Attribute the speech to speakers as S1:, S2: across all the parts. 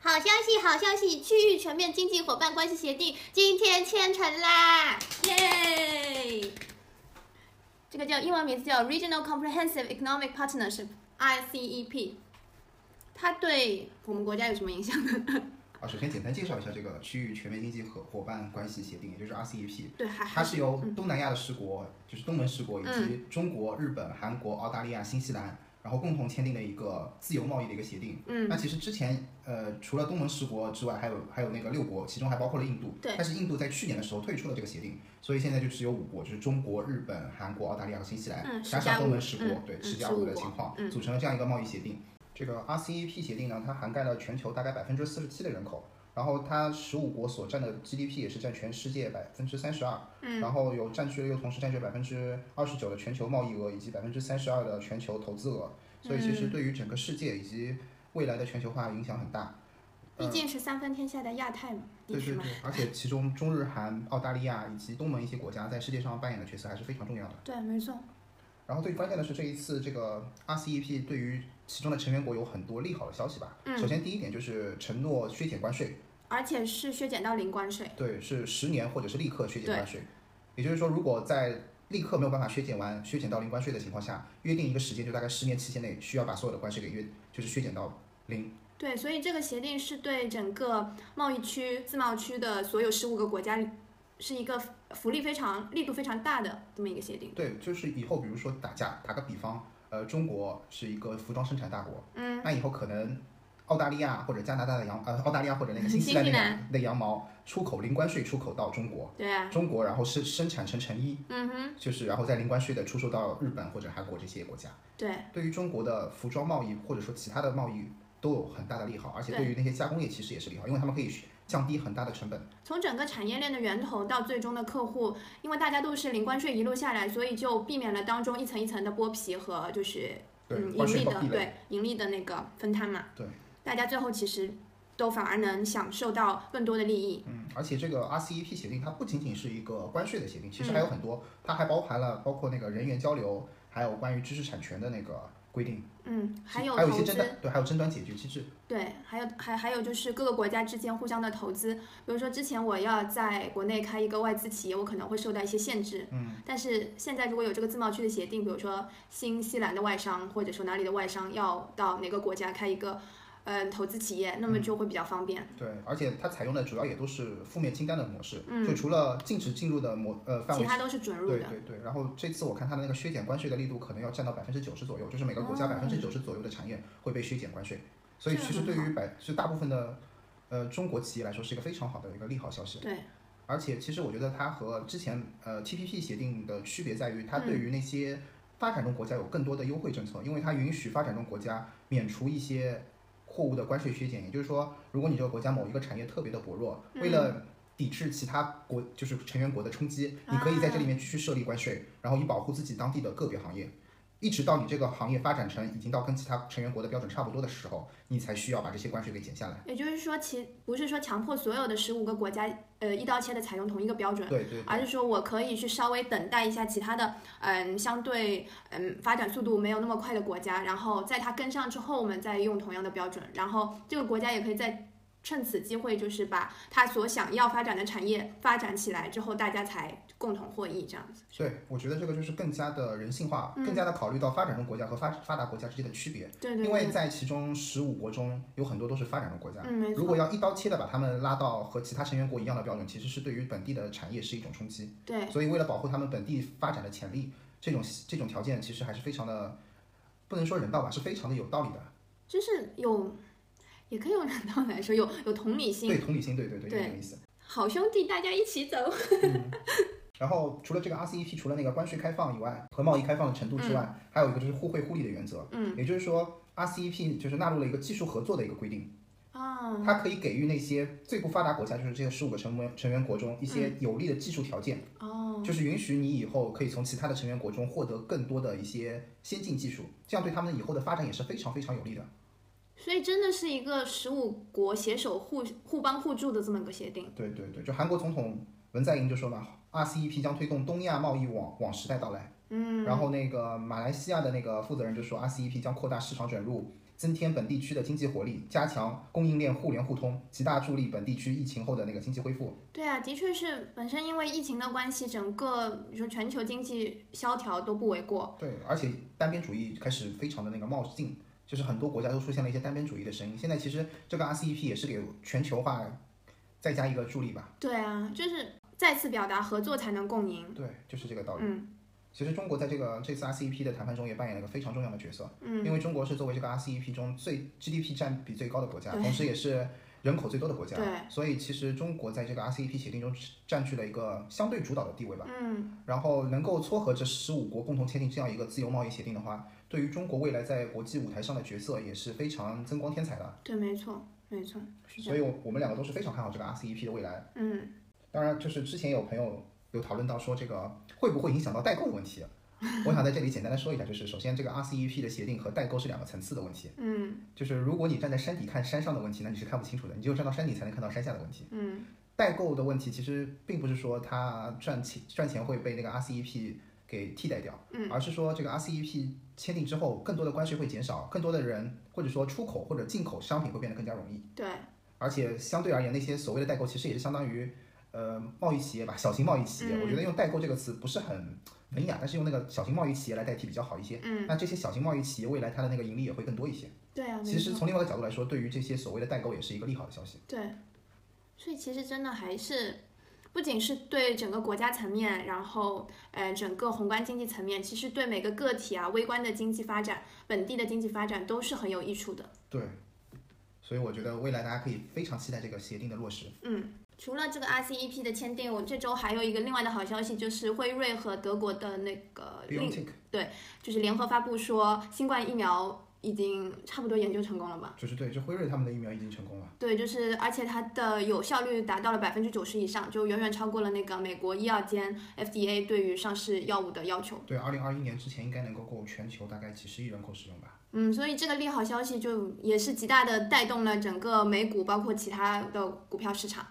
S1: 好消息，好消息！区域全面经济伙伴关系协定今天签成啦，耶！这个叫英文名字叫 Regional Comprehensive Economic Partnership（RCEP），它对我们国家有什么影响呢？
S2: 啊，首先简单介绍一下这个区域全面经济合伙伴关系协定，也就是 RCEP。
S1: 对，还
S2: 它是由
S1: 嗯
S2: 东南亚的十国，就是东盟十国以及中国、日本、韩国、澳大利亚、新西兰，然后共同签订的一个自由贸易的一个协定。
S1: 嗯
S2: 那其实之前呃，除了东盟十国之外，还有还有那个六国，其中还包括了印度。
S1: 对
S2: 但是印度在去年的时候退出了这个协定，所以现在就只有五国，就是中国、日本、韩国、澳大利亚和新西兰，
S1: 嗯
S2: 加
S1: 十加
S2: 上东
S1: 五
S2: 盟十国，
S1: 嗯
S2: 对，
S1: 嗯
S2: 十加
S1: 十
S2: 五
S1: 五
S2: 的
S1: 国
S2: 情况，
S1: 嗯
S2: 组成了这样一个贸易协定。这个 RCEP 协定呢，它涵盖了全球大概百分之四十七的人口，然后它十五国所占的 GDP 也是占全世界百分之三十二，
S1: 嗯
S2: 然后有占据了又同时占据百分之二十九的全球贸易额以及百分之三十二的全球投资额，所以其
S1: 嗯
S2: 实对于整个世界以及未来的全球化影响很大。
S1: 毕竟是三分天下的亚太
S2: 对
S1: 地区
S2: 对
S1: 嘛
S2: 对，，而且其中中日韩、澳大利亚以及东盟一些国家在世界上扮演的角色还是非常重要的。
S1: 对，没错，
S2: 然后最关键的是这一次这个 RCEP 对于其中的成员国有很多利好的消息吧。
S1: 嗯
S2: 首先第一点就是承诺削减关税，
S1: 而且是削减到零关税。
S2: 对，是十年或者是立刻削减
S1: 对
S2: 关税。也就是说，如果在立刻没有办法削减完、削减到零关税的情况下，约定一个时间，就大概十年期限内，需要把所有的关税给约，就是削减到零。
S1: 对，所以这个协定是对整个贸易区、自贸区的所有十五个国家，是一个福利非常、力度非常大的这么一个协定。
S2: 对，就是以后比如说打架，打个比方，呃，中国是一个服装生产大国，
S1: 嗯，
S2: 那以后可能澳大利亚或者加拿大的羊，呃，澳大利亚或者那个新西
S1: 新
S2: 兰的
S1: 西
S2: 羊的羊毛出口零关税出口到中国，
S1: 对啊，
S2: 中国然后生生产成成衣，
S1: 嗯哼，
S2: 就是然后再零关税的出售到日本或者韩国这些国家。
S1: 对，
S2: 对于中国的服装贸易或者说其他的贸易都有很大的利好，而且
S1: 对
S2: 对于那些加工业其实也是利好，因为他们可以降低很大的成本。
S1: 从整个产业链的源头到最终的客户，因为大家都是零关税一路下来，所以就避免了当中一层一层的剥皮和就是
S2: 对，
S1: 嗯盈
S2: 关税
S1: 利
S2: 暴
S1: 的
S2: 壁垒。
S1: 对盈利的那个分摊嘛。
S2: 对，
S1: 大家最后其实都反而能享受到更多的利益。
S2: 嗯，而且这个 RCEP 协定它不仅仅是一个关税的协定，其实
S1: 嗯
S2: 还有很多，它还包含了包括那个人员交流，还有关于知识产权的那个规定，
S1: 嗯，还有
S2: 还有一
S1: 投
S2: 些争
S1: 资。
S2: 端，对，还有争端解决机制。
S1: 对，还有还还有就是各个国家之间互相的投资，比如说之前我要在国内开一个外资企业，我可能会受到一些限制。
S2: 嗯。
S1: 但是现在如果有这个自贸区的协定，比如说新西兰的外商或者说哪里的外商要到哪个国家开一个，嗯、投资企业，那么就会比较方便。
S2: 对，而且它采用的主要也都是负面清单的模式，
S1: 嗯
S2: 就除了禁止进入的模呃范
S1: 其
S2: 围
S1: 他都是准入
S2: 对
S1: 的。
S2: 对对，然后这次我看它的那个削减关税的力度可能要占到百分之九十左右，就是每个国家百分之九十左右的产业会被削减关税，所以
S1: 哦这个
S2: 其实
S1: 很
S2: 对于百就大部分的呃中国企业来说是一个非常好的一个利好消息。
S1: 对
S2: 而且其实我觉得它和之前呃 TPP 协定的区别在于，它
S1: 嗯
S2: 对于那些发展中国家有更多的优惠政策，因为它允许发展中国家免除一些货物的关税削减。也就是说，如果你这个国家某一个产业特别的薄弱，
S1: 嗯
S2: 为了抵制其他国就是成员国的冲击，你可以在这
S1: 啊
S2: 里面去设立关税，然后以保护自己当地的个别行业。一直到你这个行业发展成已经到跟其他成员国的标准差不多的时候，你才需要把这些关税给减下来。
S1: 也就是说其，不是说强迫所有的十五个国家，呃，一刀切的采用同一个标准，
S2: 对对对
S1: 而是说我可以去稍微等待一下其他的，嗯，相对嗯发展速度没有那么快的国家，然后在它跟上之后，我们再用同样的标准，然后这个国家也可以在趁此机会，就是把它所想要发展的产业发展起来之后，大家才共同获益这样子。
S2: 对，我觉得这个就是更加的人性化，更加的考虑到发展中国家和发发达国家之间的区别。
S1: 嗯对对
S2: 因为
S1: 对，
S2: 在其中十五国中有很多都是发展中国家，
S1: 嗯，没
S2: 如
S1: 错，
S2: 果要一刀切的把他们拉到和其他成员国一样的标准，其实是对于本地的产业是一种冲击。
S1: 对
S2: 所以为了保护他们本地发展的潜力，这种这种条件其实还是非常的，不能说人道吧，是非常的有道理的。
S1: 就是有，也可以用人道来说，有有同理
S2: 对，
S1: 心，
S2: 同理心，对对对，有
S1: 对
S2: 点意思。
S1: 好兄弟大家一起走。
S2: 然后除了这个 RCEP，除了那个关税开放以外，和贸易开放的程度之外，还有一个就是互惠互利的原则。
S1: 嗯，
S2: 也就是说，RCEP 就是纳入了一个技术合作的一个规定，
S1: 啊，
S2: 它可以给予那些最不发达国家，就是这个十五个成员成员国中一些有利的技术条件，
S1: 嗯哦，
S2: 就是允许你以后可以从其他的成员国中获得更多的一些先进技术，这样对他们以后的发展也是非常非常有利的。
S1: 所以真的是一个十五国携手互互帮互助的这么一个协定。
S2: 对对对，就韩国总统文在寅就说嘛，RCEP 将推动东亚贸易网网时代到来。
S1: 嗯，
S2: 然后那个马来西亚的那个负责人就说，RCEP 将扩大市场准入，增添本地区的经济活力，加强供应链互联互通，极大助力本地区疫情后的那个经济恢复。
S1: 对啊，的确是，本身因为疫情的关系，整个你说全球经济萧条都不为过。
S2: 对，而且单边主义开始非常的那个冒进，就是很多国家都出现了一些单边主义的声音。现在其实这个 RCEP 也是给全球化再加一个助力吧。
S1: 对啊，就是再次表达合作才能共赢。
S2: 对，就是这个道理。
S1: 嗯
S2: 其实中国在这个这次 RCEP 的谈判中也扮演了一个非常重要的角色，
S1: 嗯，
S2: 因为中国是作为这个 RCEP 中最 GDP 占比最高的国家，
S1: 对
S2: 同时也是人口最多的国家
S1: 对，
S2: 所以其实中国在这个 RCEP 协定中占据了一个相对主导的地位吧。
S1: 嗯，
S2: 然后能够撮合这十五国共同签订这样一个自由贸易协定的话，对于中国未来在国际舞台上的角色也是非常增光添彩的。
S1: 对，没错，没错，嗯是这
S2: 所
S1: 样。
S2: 以，我我们两个都是非常看好这个 RCEP 的未来。
S1: 嗯，
S2: 当然，就是之前有朋友有讨论到说这个会不会影响到代购问题，我想在这里简单的说一下，就是首先这个 RCEP 的协定和代购是两个层次的问题，
S1: 嗯，
S2: 就是如果你站在山底看山上的问题，那你是看不清楚的，你只有站到山底才能看到山下的问题。
S1: 嗯，
S2: 代购的问题其实并不是说它赚钱赚钱会被那个 RCEP 给替代掉，
S1: 嗯
S2: 而是说这个 RCEP 签订之后，更多的关税会减少，更多的人或者说出口或者进口商品会变得更加容易。
S1: 对，
S2: 而且相对而言，那些所谓的代购其实也是相当于呃贸易企业吧，小型贸易企业。
S1: 嗯
S2: 我觉得用代购这个词不是很文雅，但是用那个小型贸易企业来代替比较好一些。
S1: 嗯，
S2: 那这些小型贸易企业未来它的那个盈利也会更多一些。
S1: 对啊，没
S2: 其实
S1: 错
S2: 从另外一个角度来说，对于这些所谓的代购也是一个利好的消息。
S1: 对，所以其实真的还是，不仅是对整个国家层面，然后呃整个宏观经济层面，其实对每个个体啊、微观的经济发展、本地的经济发展都是很有益处的。
S2: 对，所以我觉得未来大家可以非常期待这个协定的落实。
S1: 嗯，除了这个 RCEP 的签订，我这周还有一个另外的好消息，就是辉瑞和德国的那个
S2: b i o n
S1: 呃另
S2: t e c
S1: 就是联合发布说，新冠疫苗已经差不多研究成功了吧？
S2: 就是对，就辉瑞他们的疫苗已经成功了。
S1: 对，就是而且它的有效率达到了百分之九十以上，就远远超过了那个美国医药监 FDA 对于上市药物的要求。
S2: 对，二零二一年之前应该能够够全球大概几十亿人口使用吧。
S1: 嗯，所以这个利好消息就也是极大的带动了整个美股，包括其他的股票市场。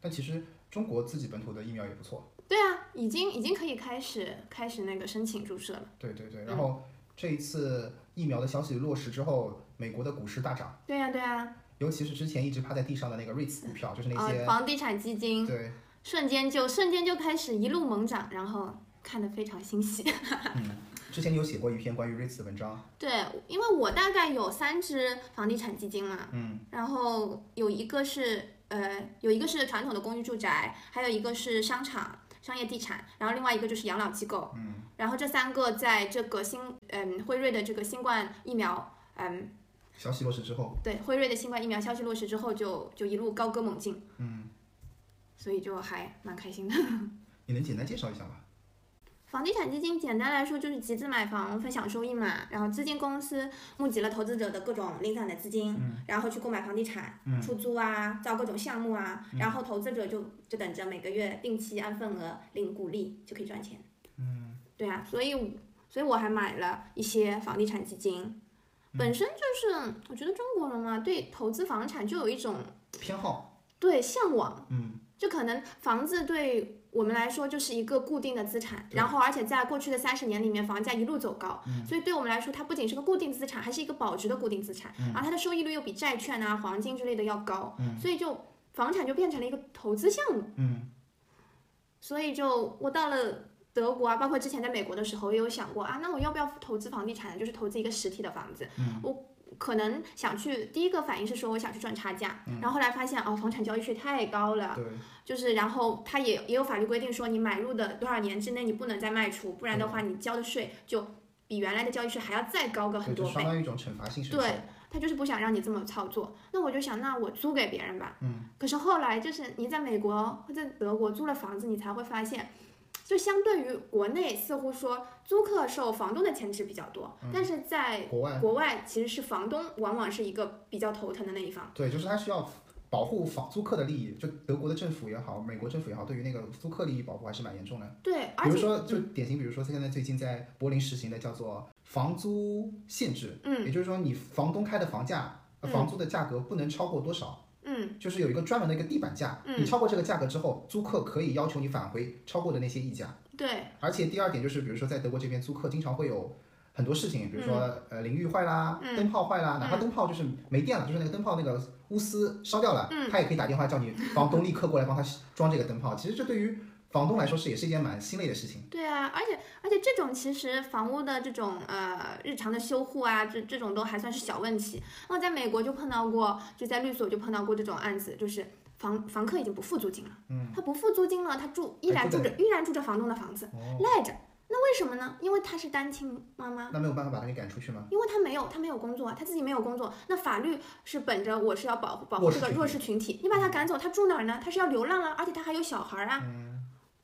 S2: 但其实中国自己本土的疫苗也不错。
S1: 对啊，已经已经可以开始开始那个申请注射了。
S2: 对对对，然后这一次疫苗的消息落实之后，美国的股市大涨，
S1: 对啊呀、对呀、
S2: 尤其是之前一直趴在地上的那个 REITs 股票，就是
S1: 啊，
S2: 那些、
S1: 房地产基金
S2: 对，
S1: 瞬间就瞬间就开始一路猛涨，然后看得非常欣喜。
S2: 之前你有写过一篇关于 REITs 的文章，
S1: 对，因为我大概有三只房地产基金嘛，
S2: 嗯，
S1: 然后有一个是呃，有一个是传统的公寓住宅，还有一个是商场、商业地产，然后另外一个就是养老机构，嗯，然后这三个在这个新嗯辉瑞的这个新冠疫苗，嗯，
S2: 消息落实之后，
S1: 对，辉瑞的新冠疫苗消息落实之后就，就一路高歌猛进，
S2: 嗯，
S1: 所以就还蛮开心的。
S2: 你能简单介绍一下吗？
S1: 房地产基金简单来说就是集资买房分享收益嘛，然后基金公司募集了投资者的各种零散的资金，然后去购买房地产、
S2: 嗯
S1: 出租啊，造各种项目啊，然后投资者就就等着每个月定期按份额领股利就可以赚钱。嗯，对啊，所以我所以我还买了一些房地产基金，本身就是我觉得中国人嘛对投资房产就有一种
S2: 偏好，
S1: 对向往，
S2: 嗯，
S1: 就可能房子对我们来说就是一个固定的资产，
S2: 对嗯
S1: 然后而且在过去的三十年里面，房价一路走高，所以对我们来说，它不仅是个固定资产，还是一个保值的固定资产，
S2: 嗯
S1: 然后它的收益率又比债券啊、黄金之类的要高，所以就房产就变成了一个投资项目。
S2: 嗯，
S1: 所以就我到了德国啊，包括之前在美国的时候，也有想过啊，那我要不要投资房地产？就是投资一个实体的房子。
S2: 嗯
S1: 我可能想去，第一个反应是说我想去赚差价，
S2: 嗯
S1: 然后后来发现哦，房产交易税太高了。
S2: 对，
S1: 就是，然后它也也有法律规定说，你买入的多少年之内你不能再卖出，不然的话
S2: 嗯
S1: 你交的税就比原来的交易税还要再高个
S2: 对，
S1: 很
S2: 就
S1: 多
S2: 相
S1: 倍。
S2: 当于一种惩罚性税收，
S1: 对，他就是不想让你这么操作。那我就想，那我租给别人吧。嗯。可是后来就是你在美国或在德国租了房子，你才会发现，就相对于国内，似乎说租客受房东的牵制比较多，但是在
S2: 嗯国外，
S1: 国外其实是房东往往是一个比较头疼的那一方。
S2: 对，就是它需要。保护房租客的利益，就德国的政府也好，美国政府也好，对于那个租客利益保护还是蛮严重的。
S1: 对，而
S2: 比如
S1: 且嗯
S2: 说，就典型，比如说现在最近在柏林实行的叫做房租限制，
S1: 嗯
S2: 也就是说你房东开的房价、呃
S1: 嗯
S2: 房租的价格不能超过多少，
S1: 嗯
S2: 就是有一个专门的一个地板价，
S1: 嗯
S2: 你超过这个价格之后，租客可以要求你返回超过的那些溢价。
S1: 对
S2: 而且第二点就是，比如说在德国这边，租客经常会有很多事情，比如说、
S1: 嗯
S2: 呃淋浴坏啦，灯泡坏啦，哪怕灯泡就是没电了，就是那个灯泡那个钨丝烧掉了，
S1: 嗯
S2: 他也可以打电话叫你房东立刻过来帮他装这个灯泡。其实这对于房东来说是也是一件蛮心累的事情。
S1: 对啊，而且而且这种其实房屋的这种呃日常的修护啊，这这种都还算是小问题。然后在美国就碰到过，就在律所就碰到过这种案子，就是房房客已经不付租金了，嗯，他不付租金了，他住依
S2: 还
S1: 然
S2: 住
S1: 住
S2: 在
S1: 着依然住着房东的房子，
S2: 哦，
S1: 赖着。那为什么呢？因为他是单亲妈妈，
S2: 那没有办法把他给赶出去吗？
S1: 因为他没有，他没有工作，啊他自己没有工作。那法律是本着我是要保护保护
S2: 弱
S1: 这
S2: 势
S1: 个
S2: 群
S1: 弱
S2: 体嗯
S1: 势群体，你把他赶走，他住哪儿呢？他是要流浪啊，而且他还有小孩儿啊。
S2: 嗯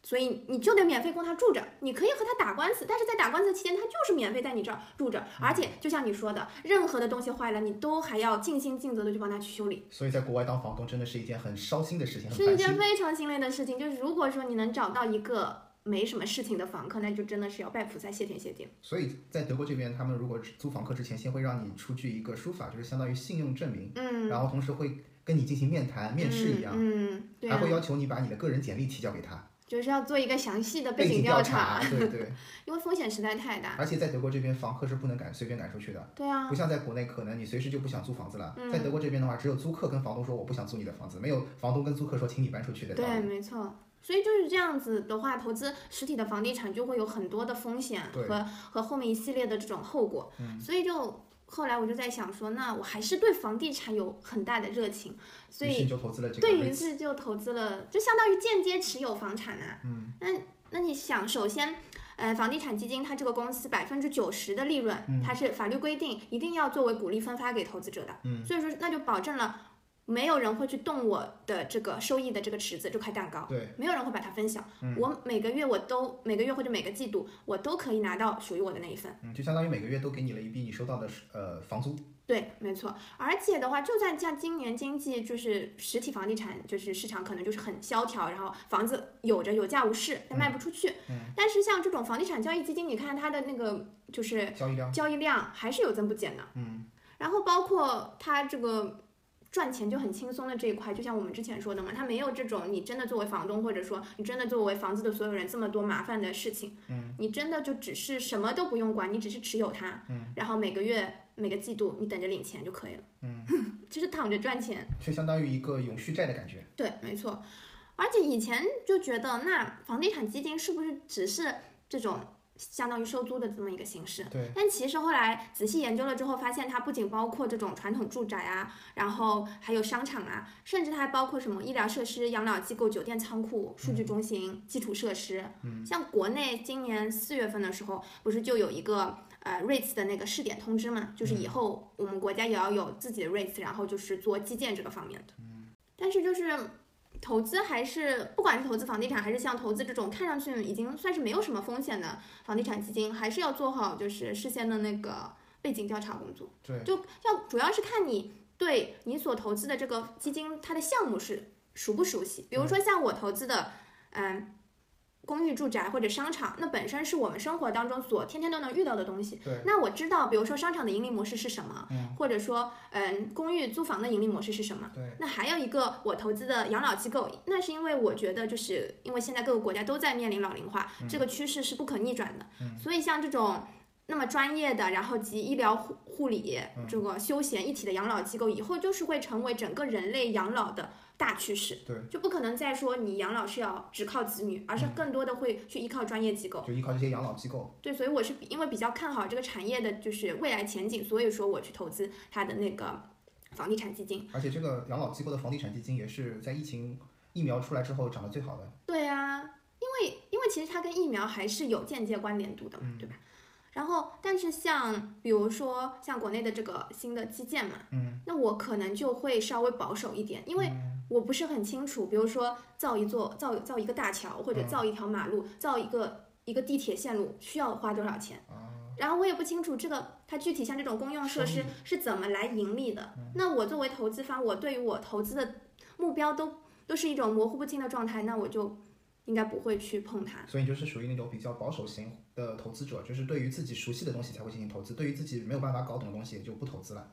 S1: 所以你就得免费供他住着，你可以和他打官司，但是在打官司期间，他就是免费在你这儿住
S2: 嗯
S1: 着，而且就像你说的，任何的东西坏了，你都还要尽心尽责的去帮他去修理，
S2: 所以在国外当房东真的是一件很烧心的事情，很
S1: 是一
S2: 烦
S1: 件
S2: 心。
S1: 非常心累的事情。就是如果说你能找到一个没什么事情的房客，那就真的是要拜菩萨谢天谢地。
S2: 所以在德国这边，他们如果租房客之前，先会让你出具一个书法，就是相当于信用证明，
S1: 嗯，
S2: 然后同时会跟你进行面谈、面试一样，
S1: 嗯，嗯对、
S2: 还
S1: 啊，
S2: 会要求你把你的个人简历提交给他，
S1: 就是要做一个详细的
S2: 背
S1: 呃景
S2: 景
S1: 调
S2: 查， 对对。
S1: 因为风险实在太大。
S2: 而且在德国这边，房客是不能赶随便赶出去的，
S1: 对啊嗯
S2: 不，像在国内，可能你随时就不想租房子了。在德国这边的话，只有租客跟房东说我不想租你的房子，没有房东跟租客说请你搬出去的道
S1: 对，
S2: 理。
S1: 没错。所以就是这样子的话，投资实体的房地产就会有很多的风险
S2: 对嗯
S1: 和和后面一系列的这种后果。所以就后来我就在想说，那我还是对房地产有很大的热情，所
S2: 于是
S1: 以
S2: 你就投资了这个
S1: 对
S2: REIT。
S1: 于是就投资了，就相当于间接持有房产啊。嗯，那那你想，首先。呃，房地产基金它这个公司百分之九十的利润，
S2: 嗯
S1: 它是法律规定一定要作为股利分发给投资者的，嗯、所以说那就保证了没有人会去动我的这个收益的这个池子这块蛋糕，
S2: 对，嗯
S1: 没有人会把它分享。我每个月我都每个月或者每个季度我都可以拿到属于我的那一份。
S2: 嗯，就相当于每个月都给你了一笔你收到的是呃房租。
S1: 对，没错。而且的话，就算像今年经济就是实体房地产就是市场可能就是很萧条，然后房子有着有价无市，但卖不出去。但是像这种房地产交易基金，你看它的那个就是
S2: 交易量，
S1: 交易量还是有增不减的。嗯，然后包括它这个赚钱就很轻松的这一块，就像我们之前说的嘛，它没有这种你真的作为房东，或者说你真的作为房子的所有人这么多麻烦的事情。嗯，你真的就只是什么都不用管，你只是持有它，嗯，然后每个月每个季度你等着领钱就可以了。嗯， 就是躺着赚钱。
S2: 就相当于一个永续债的感觉。
S1: 对，没错。而且以前就觉得，那房地产基金是不是只是这种相当于收租的这么一个形式？
S2: 对。
S1: 但其实后来仔细研究了之后，发现它不仅包括这种传统住宅啊，然后还有商场啊，甚至它还包括什么医疗设施、养老机构、酒店、仓库、数据中心、基础设施。嗯。像国内今年四月份的时候，不是就有一个。呃，REITs 的那个试点通知嘛，就是以后我们国家也要有自己的 REITs，然后就是做基建这个方面的。但是就是投资还是不管是投资房地产，还是像投资这种看上去已经算是没有什么风险的房地产基金，还是要做好就是事先的那个背景调查工作，
S2: 对，
S1: 就要主要是看你对你所投资的这个基金它的项目是熟不熟悉。比如说像我投资的，嗯。公寓住宅或者商场，那本身是我们生活当中所天天都能遇到的东西。
S2: 对
S1: 那我知道，比如说商场的盈利模式是什么，或者说，嗯，公寓租房的盈利模式是什么？
S2: 对，
S1: 那还有一个我投资的养老机构，那是因为我觉得就是因为现在各个国家都在面临老龄化，
S2: 嗯
S1: 这个趋势是不可逆转的，所以像这种。那么专业的，然后及医疗护护理、
S2: 嗯
S1: 这个休闲一体的养老机构，以后就是会成为整个人类养老的大趋势。
S2: 对，嗯
S1: 就不可能再说你养老是要只靠子女，而是更多的会去依靠专业机构。
S2: 就依靠这些养老机构。
S1: 对，所以我是比因为比较看好这个产业的，就是未来前景，所以说我去投资它的那个房地产基金。
S2: 而且这个养老机构的房地产基金也是在疫情疫苗出来之后涨得最好的。
S1: 对啊，因为因为其实它跟疫苗还是有间接关联度的嘛，对吧？然后，但是像比如说像国内的这个新的基建嘛，嗯，那我可能就会稍微保守一点，因为我不是很清楚，比如说造一座造造一个大桥，或者造一条马路，造一个一个地铁线路需要花多少钱。然后我也不清楚这个它具体像这种公用设施是怎么来盈利的。那我作为投资方，我对于我投资的目标都都是一种模糊不清的状态，那我就应该不会去碰它。
S2: 所以你就是属于那种比较保守型的投资者，就是对于自己熟悉的东西才会进行投资，对于自己没有办法搞懂的东西也就不投资了。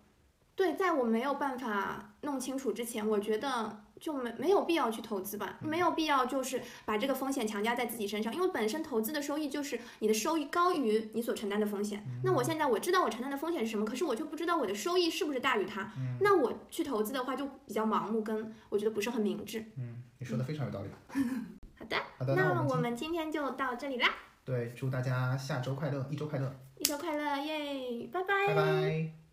S1: 对，在我没有办法弄清楚之前，我觉得就没没有必要去投资吧，没有必要就是把这个风险强加在自己身上，因为本身投资的收益就是你的收益高于你所承担的风险。
S2: 嗯
S1: 那我现在我知道我承担的风险是什么，可是我却不知道我的收益是不是大于它。
S2: 嗯
S1: 那我去投资的话就比较盲目，跟我觉得不是很明智。
S2: 嗯，你说的非常有道理。
S1: 好的，
S2: 好的，那
S1: 那
S2: 我们
S1: 我
S2: 今
S1: 们今天就到这里啦，
S2: 对祝大家下周快乐，一周快乐，
S1: 一周快乐，耶，拜拜
S2: 拜拜。